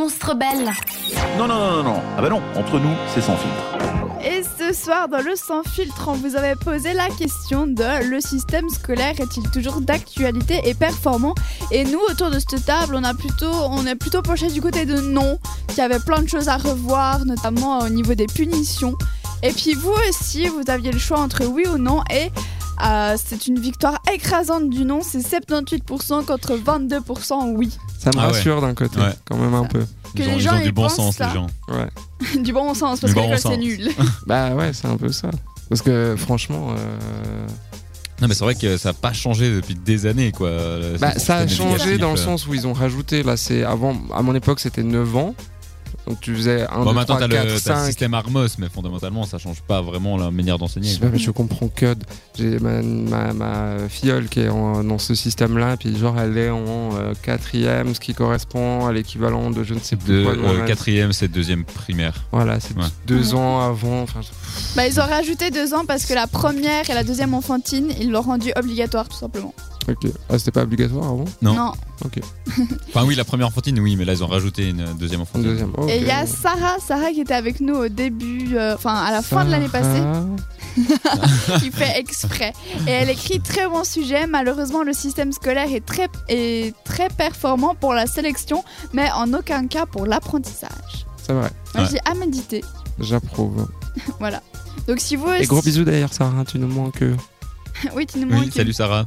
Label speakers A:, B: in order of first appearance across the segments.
A: monstre belle.
B: Non, non, non, non, non. Ah bah non, entre nous, c'est sans filtre.
C: Et ce soir, dans le sans filtre, on vous avait posé la question de le système scolaire est-il toujours d'actualité et performant Et nous, autour de cette table, on a plutôt, on est plutôt penché du côté de non, qu'il y avait plein de choses à revoir, notamment au niveau des punitions. Et puis vous aussi, vous aviez le choix entre oui ou non et euh, c'est une victoire écrasante du non, c'est 78% contre 22% oui.
D: Ça me
E: Ah ouais.
D: rassure d'un côté,
E: Ouais.
D: quand même un peu.
C: Que
E: ils ont,
C: les
E: ils
C: gens,
E: ont du
C: ils
E: bon
C: pensent
E: sens,
C: ça.
E: les gens.
C: du bon sens, parce que
E: Du bon
C: l'école, c'est
E: sens.
C: nul.
D: Bah ouais, c'est un peu ça. Parce que franchement, euh,
E: Non, mais c'est vrai que ça n'a pas changé depuis des années, quoi. Le-
D: bah,
E: ce
D: ça a
E: système
D: changé
E: éducatif,
D: dans le
E: euh.
D: sens où ils ont rajouté. Là, c'est avant, à mon époque, c'était 9 ans. Donc tu faisais 1,
E: Bon,
D: 2,
E: maintenant,
D: 3,
E: t'as le,
D: 4,
E: t'as le
D: 5.
E: système Armos, mais fondamentalement, ça change pas vraiment la manière
D: Je
E: d'enseigner.
D: sais pas, mais je comprends que de- j'ai ma, ma, ma filleule qui est en- dans ce système-là, puis genre elle est en euh, quatrième, ce qui correspond à l'équivalent de je ne sais
E: C'est
D: plus
E: de
D: quoi. de mon
E: euh,
D: âge.
E: quatrième, c'est deuxième primaire.
D: Voilà, c'est
E: Ouais.
D: deux ans avant. Enfin, je-
C: Bah, ils ont rajouté deux ans parce que la première et la deuxième enfantine, ils l'ont rendu obligatoire tout simplement.
D: ok. Ah, c'était pas obligatoire avant
E: Non.
D: Ok.
E: Enfin, oui, la première enfantine, oui, mais là, ils ont rajouté une euh, deuxième
D: En
E: enfantine.
D: deuxième. ok.
C: Et il y a Sarah, Sarah qui était avec nous au début, euh, enfin à la fin de l'année passée,
D: Sarah.
C: qui fait exprès. Et elle écrit très bon sujet. Malheureusement, le système scolaire est très, est très performant pour la sélection, mais en aucun cas pour l'apprentissage.
D: C'est vrai,
C: Moi,
E: Ouais.
C: je dis à méditer.
D: j'approuve.
C: Donc si vous
D: Et gros bisous d'ailleurs, Sarah, hein, tu nous manques.
C: oui, tu nous
E: Oui,
C: manques.
E: salut Sarah.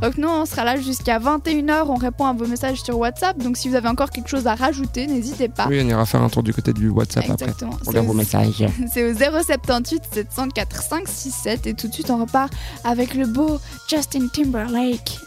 C: Donc nous, on sera là jusqu'à 21h. On répond à vos messages sur WhatsApp. Donc si vous avez encore quelque chose à rajouter, n'hésitez pas.
D: Oui, on ira faire un tour du côté du WhatsApp après.
C: Exactement.
D: On
C: C'est
D: regarde vos
C: au-
D: messages.
C: C'est au 078 704 567 et tout de suite on repart avec le beau Justin Timberlake.